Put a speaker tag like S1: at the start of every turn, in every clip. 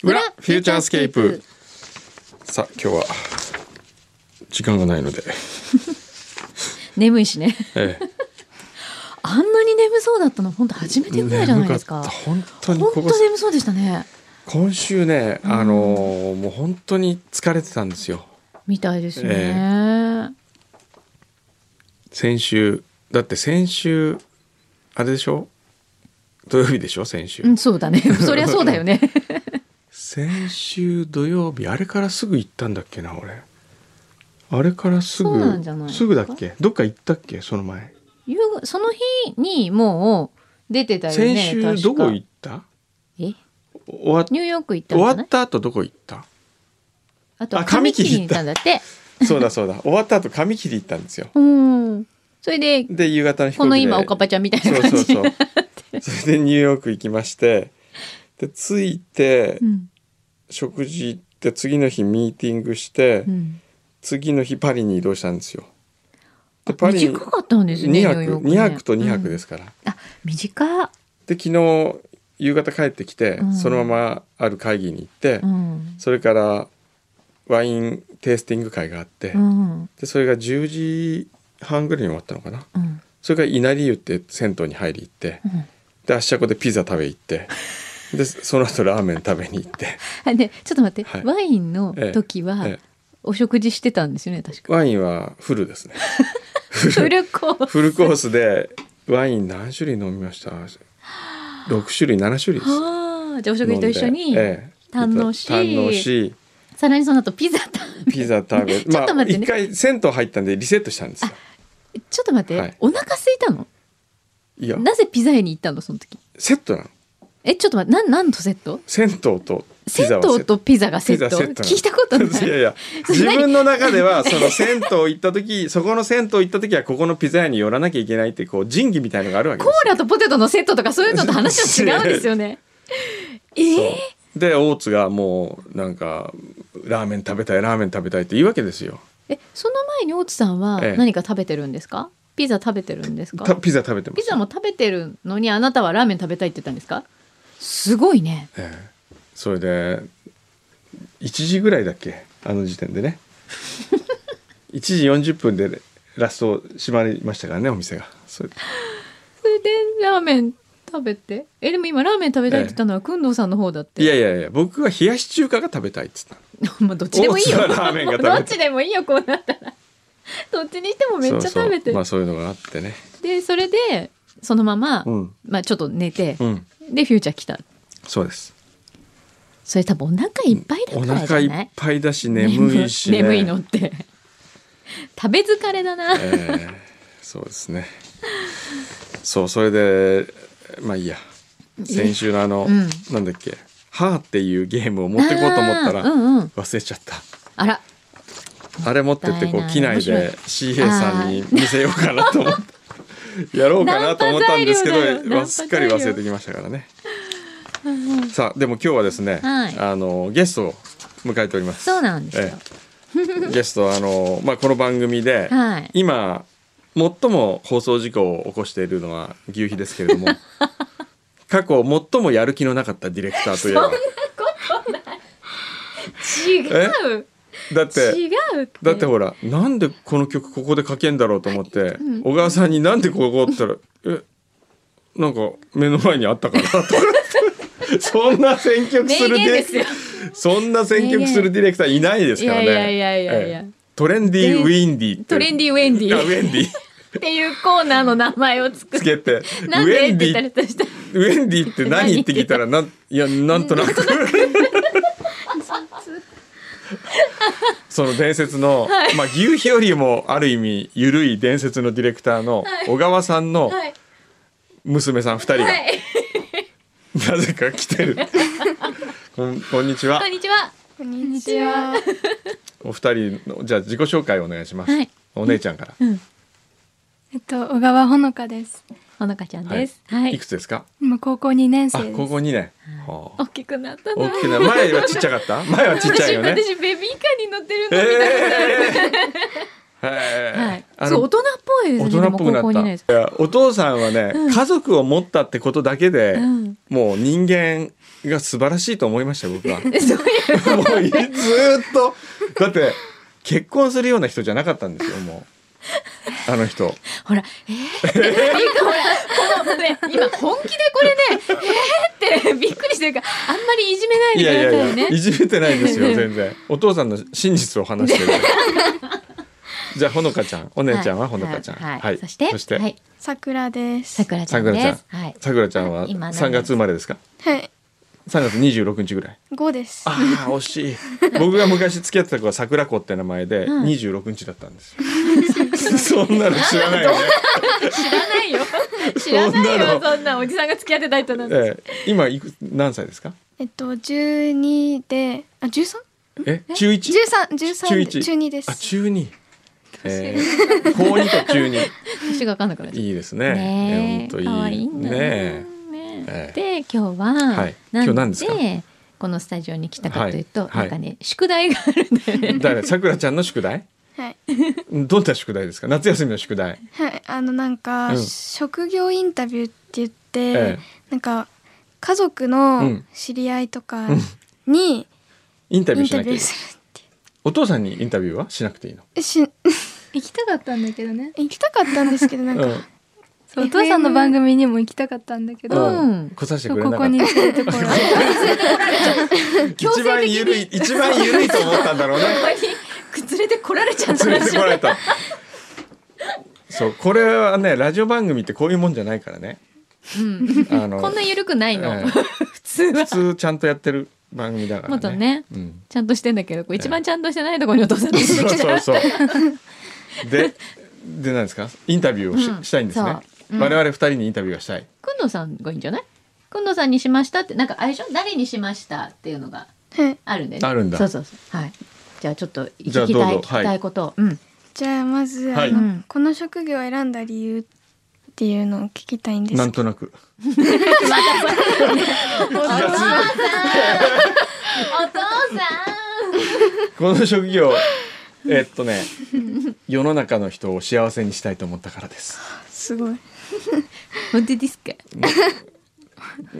S1: フューチャースケープ。さあ今日は時間がないので、
S2: 眠いしね
S1: え
S2: あんなに眠そうだったの本当初め
S1: え、
S2: てぐらいじゃないですか
S1: 眠本当に
S2: 本
S1: ここ
S2: 当眠そうでしたね
S1: 今週ね、あのーもう本当に疲れてたんですよ。
S2: みたいですよね、
S1: え先週だって先週あれでしょ土曜日でしょ先週、
S2: うんそ うだねそりゃそうだよね
S1: 先週土曜日あれからすぐ行ったんだっけな俺あれからす
S2: そうなん
S1: ぐ
S2: じゃないですか
S1: すぐだっけどっか行ったっけその前、
S2: 夕方その日にもう出てたよね
S1: 先週
S2: 確か
S1: どこ行った
S2: えニ
S1: 終わ
S2: ューヨーク行ったん
S1: 終
S2: じ
S1: わ
S2: ゃない
S1: った後どこ行った
S2: あと
S1: あ
S2: は
S1: 髪切
S2: 髪切
S1: り
S2: り
S1: 行
S2: に
S1: っ
S2: 行ったたんだって
S1: そうだそうだ終わった後髪切り行ったんですよ
S2: うんそれで
S1: で夕方の飛行機で
S2: この今おかっぱちゃんみたい
S1: そう
S2: な感
S1: そう
S2: じ
S1: そうそれでニューヨーク行きましてで着いて
S2: うん
S1: 食事行って次の日ミーティングして、
S2: うん
S1: 次の日パリに移動したんですよ。でパリ
S2: 短かったんです
S1: 2
S2: ねニュ
S1: 泊
S2: ーヨークね
S1: 2泊と2泊ですから。
S2: うんあ短っ
S1: で昨日夕方帰ってきて、
S2: うん
S1: そのままある会議に行って、
S2: うん
S1: それからワインテイスティング会があって、
S2: うん
S1: でそれが10時半ぐらいに終わったのかな。
S2: うん
S1: それから稲荷湯って銭湯に入り行って
S2: う、ん
S1: であっしゃこでピザ食べ行って、でその後ラーメン食べに行って、
S2: あでちょっと待って、
S1: はい
S2: ワインの時は
S1: ええ
S2: お食事してたんですよね確か。
S1: ワインはフルですね。
S2: フルコース
S1: フルコースでワイン何種類飲みました6種類7種類です
S2: はあじゃあお食事と一緒に、
S1: ええ
S2: 堪能し
S1: 堪能し
S2: さらにその後ピザ食べ
S1: ピザ食べ
S2: ちょっと
S1: まあ
S2: 待ってね
S1: 一回銭湯入ったんでリセットしたんですよ
S2: ちょっと待って、
S1: はい
S2: お腹空いたの
S1: いや
S2: なぜピザ屋に行ったのその時
S1: セットなの
S2: えちょっと待ってなんなんとセット
S1: 銭湯とピ
S2: 銭
S1: ザはセッ
S2: 湯
S1: ト
S2: とピザがセッ
S1: ピ
S2: ト
S1: ザセットなの
S2: 聞いたことな い
S1: いやいや自分の中ではその銭湯行った時そこの銭湯行った時はここのピザ屋に寄らなきゃいけないってこう仁義みたいのがあるわけで
S2: コ
S1: す
S2: ーラとポテトのセットとかそういうのと話は違うんです よねえ
S1: よ
S2: ー、
S1: そうで大津がもうなんかラーメン食べたいラーメン食べたいって言うわけですよ
S2: えその前に大津さんは
S1: ええ
S2: 何か食べてるんですか、ピザ食べてるんですか
S1: たピザ食べてます
S2: ピザも食べてるのにあなたはラーメン食べたいって言ったんですかすごいね
S1: ええそれで1時ぐらいだっけあの時点 でね1時40分でラスト閉まりましたからねお店がそれ
S2: それでラーメン食べてえでも今ラーメン食べたいって言ったのは工藤さんの方だって
S1: いやいやいや僕は冷やし中華が食べたいっつった
S2: まあどっちでもいいよ
S1: 大津はラーメンが食べたい
S2: どっちでもいいよこうなったらどっちにしてもめっちゃ食べて
S1: そうそう
S2: る
S1: まあそういうのがあってね
S2: でそれでそのまま、
S1: うん
S2: まあ、ちょっと寝て
S1: う、ん
S2: でフューチャー来た
S1: そうです
S2: それ多分お腹いっぱいだ
S1: お
S2: からじ
S1: 腹い
S2: ゃない
S1: っぱいだし眠いし、ね、
S2: 眠いのって食べ疲れだな、
S1: ええそうですねそうそれでまあいいや先週のあの、
S2: うん
S1: なんだっけ「はーっていうゲームを持ってこうと思ったら、
S2: あーうんうん
S1: 忘れちゃった
S2: あら
S1: あれ持ってってこう
S2: もった
S1: 機
S2: いない
S1: 内で CA さんに見せようかなと思って やろうかなと思ったんですけど
S2: ナンパ材料だよ
S1: わすっかり忘れてきましたからねさあでも今日はですね、
S2: はい
S1: あのゲストを迎えております
S2: そうなんですよ、
S1: ええゲストはあの、まあ、この番組で、
S2: はい
S1: 今最も放送事故を起こしているのは牛皮ですけ れども過去最もやる気のなかったディレクターといえば
S2: 違う
S1: だって
S2: 違うって
S1: だってほらなんでこの曲ここで書けんだろうと思って、小川さんになんでここって言ったら「えなんか目の前にあったから」とかって そんな選曲す
S2: 名
S1: る
S2: 言
S1: デ
S2: です
S1: ィ
S2: よ
S1: レそんな選曲するディレクターいないですからね
S2: いやいやいやいやいや
S1: ええトレンディーウィンディーって
S2: トレンディーウェンディ
S1: あウェン ディー
S2: っていうコーナーの名前を作っ
S1: つけてウ
S2: なんで
S1: ェ
S2: っ
S1: ンデ
S2: て言
S1: ィ
S2: った
S1: ー
S2: りとした
S1: ウェンディって何
S2: 何
S1: って聞いたらなんいやなんとなくその伝説の、まあ牛皮よりもある意味ゆるい伝説のディレクターの小川さんの
S2: はい
S1: 娘さん2人が
S2: はい
S1: なぜか来てるこんこんにちは
S2: こんにちは
S3: こんにちは。
S1: お二人のじゃあ自己紹介お願いします、
S2: はい
S1: お姉ちゃんから、
S3: えっと小川ほのかです。
S2: ほのかちゃんですはい、
S1: いくつですか
S3: 今高校2年
S1: あ
S3: 生です。
S1: 高校2年、はあ
S2: 大きくなったな
S1: 大きくな前はちっちゃかった 前はちっちゃいよね
S2: 私私ベビーカーに乗ってる
S1: え
S2: のみたいな、
S1: えええ
S2: はい
S1: あの
S2: そう大人っぽいです
S1: 大
S2: ね
S1: 人っぽく
S2: で
S1: なっ
S2: も高校
S1: た
S2: 2年生
S1: いやお父さんはね、家族を持ったってことだけで、
S2: ん
S1: もう人間が素晴らしいと思いました 僕はも
S2: えそういう
S1: ういずーっとだって結婚するような人じゃなかったんですよもうあの人
S2: ほらえー、っていいかもこのね今本気でこれねえー、ってびっくりしてるからあんまりいじめな い
S1: い
S2: でく
S1: やい
S2: だ
S1: や
S2: さい
S1: い
S2: ね
S1: やいじめてないですよ全然お父さんの真実を話 してるじゃあほのかちゃんお姉ちゃんはほのかちゃん
S2: はい、はいそして
S1: そして、
S2: はい、
S3: さくらです
S2: さくらちゃ
S1: さ
S2: ん
S1: くら
S2: で
S1: ちゃん
S2: すはい、
S1: さくらちゃんは
S2: 今何
S1: 3月生まれですか
S3: はい
S1: 3月26日ぐらい
S3: 5です
S1: ああ惜しい 僕が昔付き合ってた子は桜子って名前で
S2: うん
S1: 26日だったんですよ そんなの知らないよね、
S2: 知ら ないよ知らないよ
S1: そ
S2: そ
S1: ん
S2: ん
S1: な
S2: なおじさんが付き合ってた人なんて、
S1: ええ今いく何歳ですか
S3: えっと12であ 13?
S1: え中 1?
S3: 13
S1: 中
S3: 13中
S1: 一
S3: 2です
S1: あ中2ええ高2と中2
S2: 年が分かんなくなっちゃ
S1: いいです
S2: う
S1: ねええ
S2: ね
S1: ほんと
S2: え
S1: いい
S2: 可愛いんだ
S1: ねえ
S2: ねね
S1: え
S2: えで今日は、
S1: はい
S2: なん
S1: 今日何ですか
S2: このスタジオに来たかというと、
S1: はいはい
S2: なんかね宿題があるんだよ ね
S1: 誰さくらちゃんの宿題
S3: はい
S1: どんな宿題ですか夏休みの宿題
S3: はいあのなんか、
S1: うん
S3: 職業インタビューって言って、
S1: ええ
S3: なんか家族
S1: う
S3: の
S1: ん
S3: 知り合いとか
S1: うん
S3: に
S1: インタビュー
S3: イン
S1: しな
S3: タ
S1: き
S3: ビ
S1: ゃいけな
S3: ュー
S1: い
S3: するって
S1: お父さんにインタビューはしなくていいの、
S3: えし
S4: 行きたかったんだけどね
S3: 行きたかったんですけどなんか、
S1: うん
S4: そう
S3: FM
S4: お父さんの番組にも行きたかったんだけど、
S2: うん
S1: 来させて
S4: そ
S1: く
S4: う
S1: れな
S4: こ
S1: かった
S4: こに来るところ
S1: 一番ゆるい一番ゆるいと思ったんだろうね
S2: ここに連れてこられちゃった
S1: 連
S2: ら
S1: れ
S2: してい
S1: こられたそうこれはねラジオ番組ってこういうもんじゃないからね
S2: うん
S1: あの
S2: こんな緩くないの、
S1: ええ
S2: 普通は
S1: 普通ちゃんとやってる番組だからね
S2: もっとね
S1: うん、
S2: ちゃんとしてんだけどこう一番ちゃんとしてないところにお父さん出てき
S1: そう
S2: ちゃ
S1: そうそ
S2: う
S1: うでで何ですかインタビューをし,、
S2: うん
S1: したいんですね
S2: そううん
S1: 我々二人にインタビューがしたい
S2: くんどさんがいいんじゃないくんどさんにしましたってなんかあれでしょ誰にしましたっていうのが
S3: はい
S2: あるんだよね
S1: あるんだ
S2: そうそうそうはいじゃあちょっと聞き
S1: じゃ
S2: た
S1: あ
S2: い
S1: どうぞ
S2: 聞きたいことを、うん
S3: じゃあまず、
S1: はい
S3: あの
S2: うん
S3: この職業を選んだ理由っていうのを聞きたいんです
S1: な
S3: け
S1: ん
S3: ど
S1: となく
S2: お父さんお父さ
S1: この職業えっとね世の中の人を幸せにしたいと思ったからです
S3: すごい
S2: ん本当ですか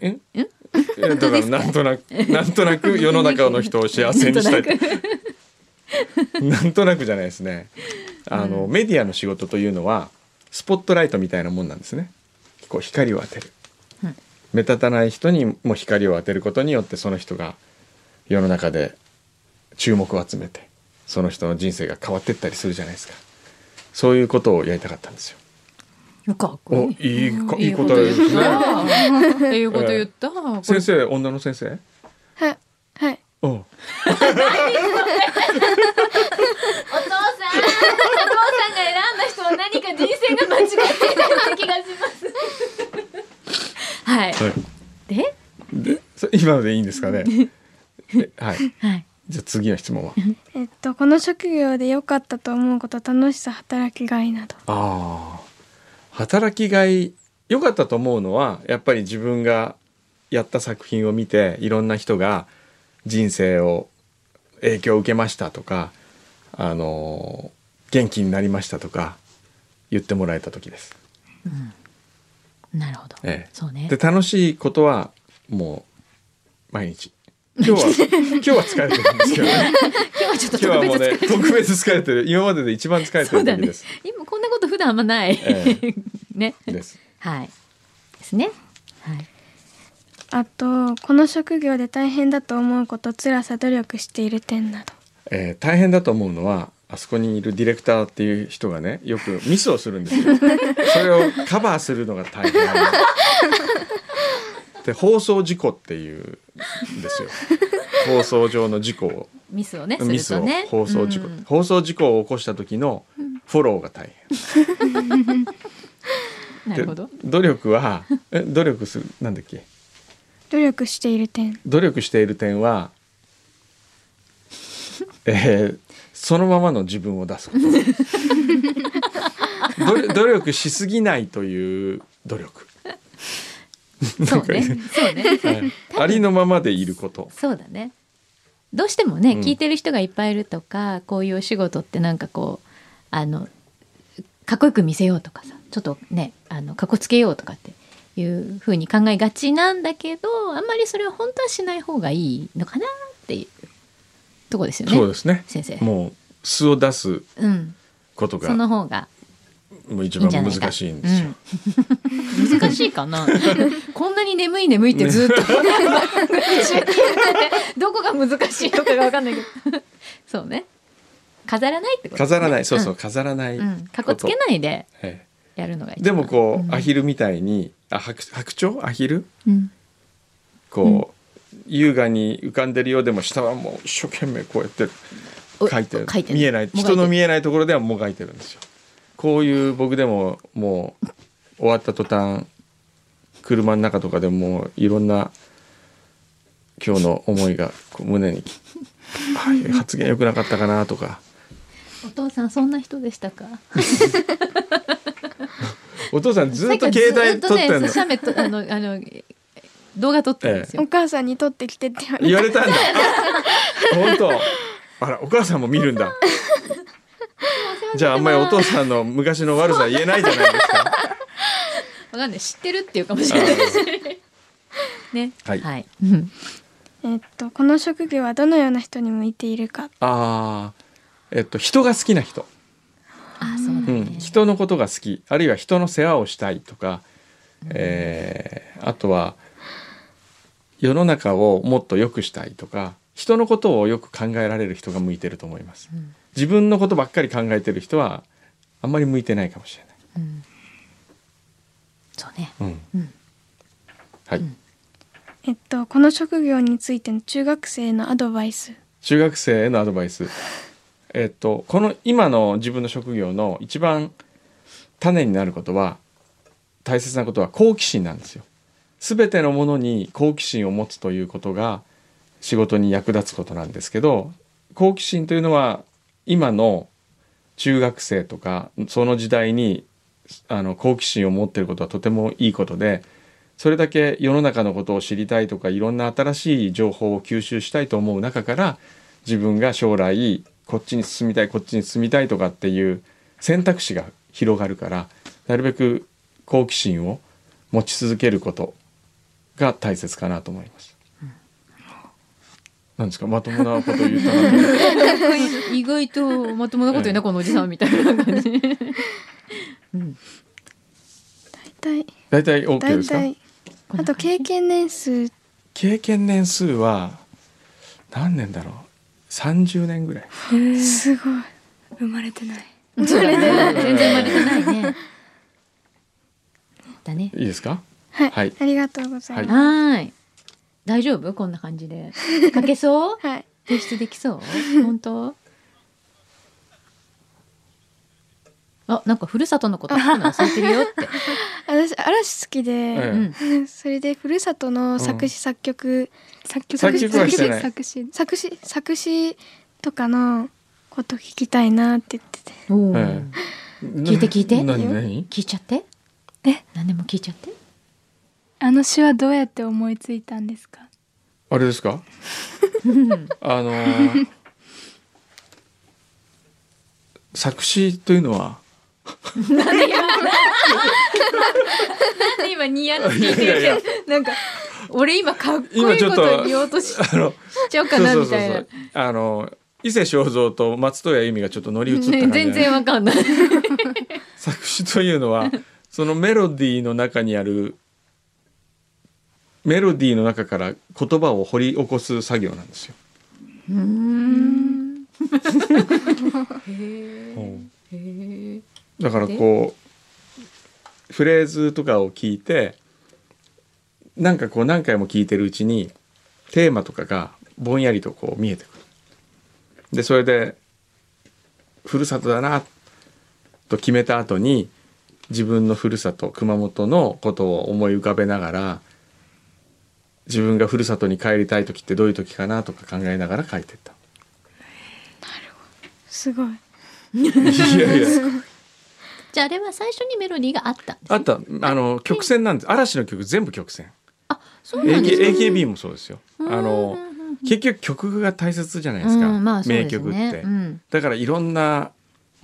S1: ええだからなんとなくなんとなく世の中の人を幸せに したい
S2: なんと
S1: なんとなくじゃないですねあの、メディアの仕事というのはスポットライトみたいなもんなんですねこう光を当てる、
S2: うん
S1: 目立たない人にも光を当てることによってその人が世の中で注目を集めてその人の人生が変わってったりするじゃないですかそういうことをやりたかったんですよ
S2: かっこ
S1: お
S2: いい
S1: いいか
S2: うん
S1: いいことですね
S2: ねいいこと言ったこれ
S1: 先生女の先生
S3: はいはい
S1: おう
S4: お父さんお父さんが選んだ人は何か人生が間違っているって気がします
S2: はい
S1: はい
S2: で
S1: でそ今のでいいんですかねえはい
S2: はい
S1: じゃあ次の質問は
S3: えっとこの職業で良かったと思うこと楽しさ働きがいなど
S1: ああ働きがい良かったと思うのはやっぱり自分がやった作品を見ていろんな人が人生を影響を受けましたとかあのー元気になりましたとか言ってもらえた時です。
S2: なるほど、
S1: ええ
S2: そうね
S1: で楽しいことはもう毎 日今日は今日は疲れてるんですけど、ね、
S2: 今日はちょっと
S1: 今日は
S2: 特
S1: もう
S2: 別
S1: ね
S2: 使い
S1: 特別疲れてる今までで一番疲れて
S2: そう
S1: る
S2: だ
S1: 時
S2: ね
S1: です。
S2: 今こんなこと普段あんまない、
S1: え
S2: ね
S1: です。
S2: はいですねはい
S3: あとこの職業で大変だと思うこと辛さ努力している点など
S1: えー大変だと思うのはあそこにいるディレクターっていう人がねよくミスをするんですよ。 それをカバーするのが大変で放送事故っていうんですよ。放送上の事故を
S2: ミスをね
S1: ミ
S2: す
S1: ス
S2: る
S1: を
S2: とね
S1: 放送事故、
S2: うん
S1: 放送事故を起こした時のフォローが大
S2: な
S1: 変。
S2: るほど
S1: で努力はえ努力するなんだっけ
S3: 努力している点
S1: 努力している点 は、えーそのままの自分を出 すこと努力努力しすぎないという努力、
S2: そうねそうね
S1: はいありのままでいること
S2: そうだねどうしてもね、
S1: うん
S2: 聞いてる人がいっぱいいるとかこういうお仕事ってなんかこうあのかっこよく見せようとかさちょっとねあのかっこつけようとかっていうふうに考えがちなんだけどあんまりそれは本当はしない方がいいのかなっていうとこですよね
S1: そうですね
S2: 先生。
S1: もう素を出す
S2: うん、
S1: ことが
S2: その方が
S1: もう一
S2: いいん
S1: 番
S2: じゃないか
S1: 難しいんですよ。
S2: うん難しいかなこんなに眠い眠いって ずっとどこが難しいのかが分かんないけどそうね飾らないってことです
S1: 飾
S2: ね、
S1: らない、そうそうう、飾らない。
S2: ん、うん、かっこつけないで
S1: え
S2: やるのが
S1: え
S2: 一番
S1: でも、こ
S2: ん
S1: う、アヒルみたいに、あ、白、白鳥、アヒル、
S2: うん
S1: こう。優雅に浮かんでるようでも、下はもう一生懸命こうやって
S2: お
S1: 書いてる。
S2: 書いてる
S1: 見えない、
S2: もがいてる
S1: 人の見えないところではもがいてるんですよ。こういう僕でも、もう終わった途端。車の中とかでもういろんな今日の思いがこう胸にきああいう発言良くなかったかなとか
S2: お父さんそんな人でしたか
S1: お父さんずっと携帯撮ってんの
S2: さっきずっとね写メとあのあの動画撮ってるんですよ、
S3: お母さんに取ってきてって言われ
S1: 言われたんだ本当あらお母さんも見るん だじゃああんまりお父さんの昔の悪さ言えないじゃないですか
S2: わかんない知ってるっていうかもしれないし ね
S1: はい
S2: はいうん
S3: えっとこの職業はどのような人に向いているか
S1: あーえっと人が好きな人、
S2: あそうだ
S1: う
S2: ね、
S1: ん、人のことが好きあるいは人の世話をしたいとか、えーあとは世の中をもっと良くしたいとか人のことをよく考えられる人が向いてると思います
S2: うん
S1: 自分のことばっかり考えてる人はあんまり向いてないかもしれない
S2: うんそうね、
S1: うん
S2: うん、
S1: はい、
S2: ん
S3: えっとこの職業についての中学生のアドバイス
S1: 中学生へのアドバイスえっとこの今の自分の職業の一番種になることは大切なことは好奇心なんですよ全てのものに好奇心を持つということが仕事に役立つことなんですけど好奇心というのは今の中学生とかその時代にあの好奇心を持っていることはとてもいいことでそれだけ世の中のことを知りたいとかいろんな新しい情報を吸収したいと思う中から自分が将来こっちに進みたいこっちに進みたいとかっていう選択肢が広がるからなるべく好奇心を持ち続けることが大切かなと思います。なんですかまともなこと言ったなと 思って
S2: 意外とまともなこと
S1: え
S2: 言うな、
S1: え
S2: このおじさんみたいな感じ。うん、
S3: 大体
S1: 大体 OK で
S3: 大
S1: すか
S3: 体あと経験年数
S1: 経験年数は何年だろう30年ぐらい
S3: すごい生まれてない
S2: そうだね全然生まれてないね。だね。
S1: いいですか
S3: はい、
S1: はい
S3: ありがとうござい
S2: は
S3: ます、
S2: ーい。大丈夫こんな感じで。書けそう
S3: はい、
S2: 提出できそう本当あ、なんかふるさとのこと書くの忘れてるよって。
S3: 私嵐好きで、
S2: う
S1: え
S2: ん。
S3: それでふるさとの作詞作曲、作曲
S1: 作曲はしてない
S3: 作詞作詞作詞とかのこと聞きたいなって言ってて
S2: おー
S1: え聞
S2: 聞いて聞いて
S1: 何何
S2: 聞いちゃって。
S5: え
S2: 何でも聞いちゃって。
S5: あの詩はどうやって思いついたんですか。
S1: あれですか
S2: うん
S1: あのー作詞というのは
S2: なんで今ニヤって聞いてる
S1: いやいや
S2: なんか俺今かっこい
S1: 今
S2: い
S1: ちょ
S2: こ
S1: っと
S2: と言おうとし
S1: あの
S2: ちゃうかなみたいな。
S1: あの伊勢正三と松任谷由実がちょっと乗り移った感じ、
S2: ね全然わかん ない。
S1: 作詞というのはそのメロディーの中にあるメロディーの中から言葉を掘り起こす作業なんですよ。
S2: うん。
S1: だからこうフレーズとかを聞いてなんかこう何回も聞いてるうちにテーマとかがぼんやりとこう見えてくる。でそれでふるさとだなと決めた後に自分のふるさと熊本のことを思い浮かべながら自分がふるさとに帰りたい時ってどういう時かなとか考えながら書いて った。
S3: すごい
S1: いやいや
S2: じゃああれは最初にメロディーがあったんです
S1: あ
S2: ね
S1: ったあの曲線なんです嵐の曲全部曲線
S2: あ、そうなんです
S1: AK
S2: ね。
S1: AKB もそうですよあ
S2: うん
S1: の結局曲が大切じゃないですか、
S2: うんまあそう
S1: 名
S2: です
S1: 曲っ
S2: ね
S1: て、
S2: うん
S1: だからいろんな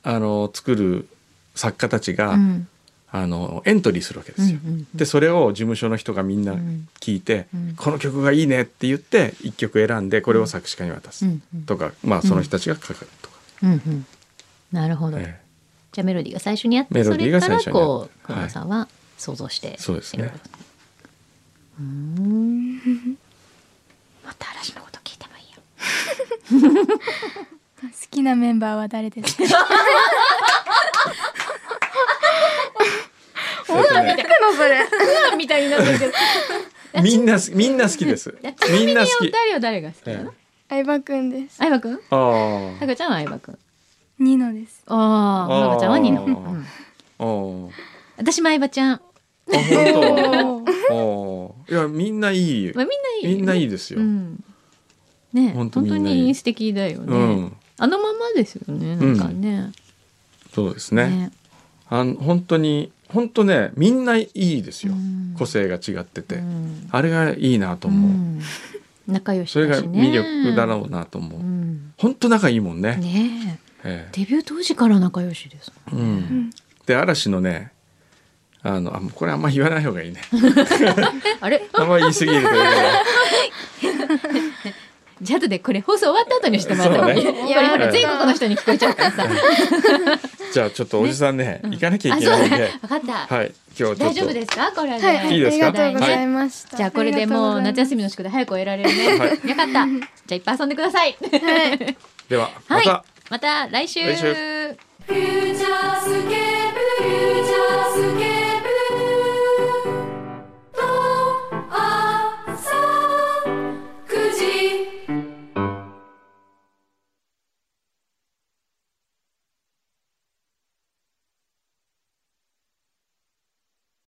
S1: あの作る作家たちが、
S2: うん
S1: あのエントリーするわけですよ。でそれを事務所の人がみんな聞いて、
S2: うん
S1: この曲がいいねって言って1曲選んでこれを作詞家に渡すとか、まあその人たちが書くとか、
S2: なるほど、
S1: え
S2: じゃあメロディーが最初にあって
S1: メロ
S2: そ
S1: ディー
S2: れ
S1: が
S2: から
S1: 最初にあっ
S2: こ
S1: て
S2: う黒田さんは想像して、
S1: えそうですね。
S2: うーんまた嵐のこと聞いてもいいよ
S6: 好きなメンバーは誰です か
S1: えっとね
S3: それ
S7: みたいになってるけど
S1: みんなすみんな好き です。みんな好き。
S2: 誰よ誰が好きな
S1: ええ
S2: の、
S3: 相葉くんです
S2: 相葉くん
S1: あ
S2: さくちゃんは相葉くん
S6: ニノです
S2: ああ
S1: あー
S2: 相葉ちゃんはニノ、
S1: あー
S2: う
S1: あ、
S2: ん
S1: うん
S2: 私も相葉ちゃん、
S1: あ本 当。ああ、いやみんないい
S2: まあ、みんないいよ
S1: み
S2: ね
S1: んないいですよ。
S2: う
S1: うん
S2: ん、
S1: ほ
S2: ね
S1: ん
S2: 本
S1: と
S2: 当
S1: みんないい
S2: に素敵だよね、あのままですよねなんかね,、
S1: そうですね。あの本当に本当ねみんないいですよ。
S2: うん
S1: 個性が違ってて、
S2: うん
S1: あれがいいなと思う。
S2: うん仲良し
S1: それ
S2: だ
S1: が
S2: しね
S1: 魅力だろうなと思う。
S2: うん
S1: 本当仲いいもんね。
S2: ね
S1: え
S2: えデビュー当時から仲良しですもん
S1: えうん。で嵐のね。あのあもうこれあんま言わない方がいいね。
S2: あれ
S1: あんま言い過ぎるというか
S2: じゃあ後でこれ放送終わった後にしてもらった方がいい
S1: そ
S2: こ
S1: う
S2: れほら全国の人に聞こえちゃ うからさ
S1: じゃあちょっとおじさんね行かなきゃ
S2: あ
S1: いけ
S2: そう
S1: ないん
S2: だ
S1: で。
S2: 分かった
S1: はい。今日ちょ
S2: 大
S1: っ
S2: 丈
S1: と
S2: 夫。ですかこれで、
S3: はい、はい
S1: いですか
S3: ありがとうございました、
S2: じゃあこれでもう夏休みの宿題早く終えられるね、
S1: はい
S2: よかったじゃあいっぱい遊んでください
S1: ではま
S2: はい
S1: た。
S2: また来週
S1: 来週
S4: フューチャースケープフューチャースケー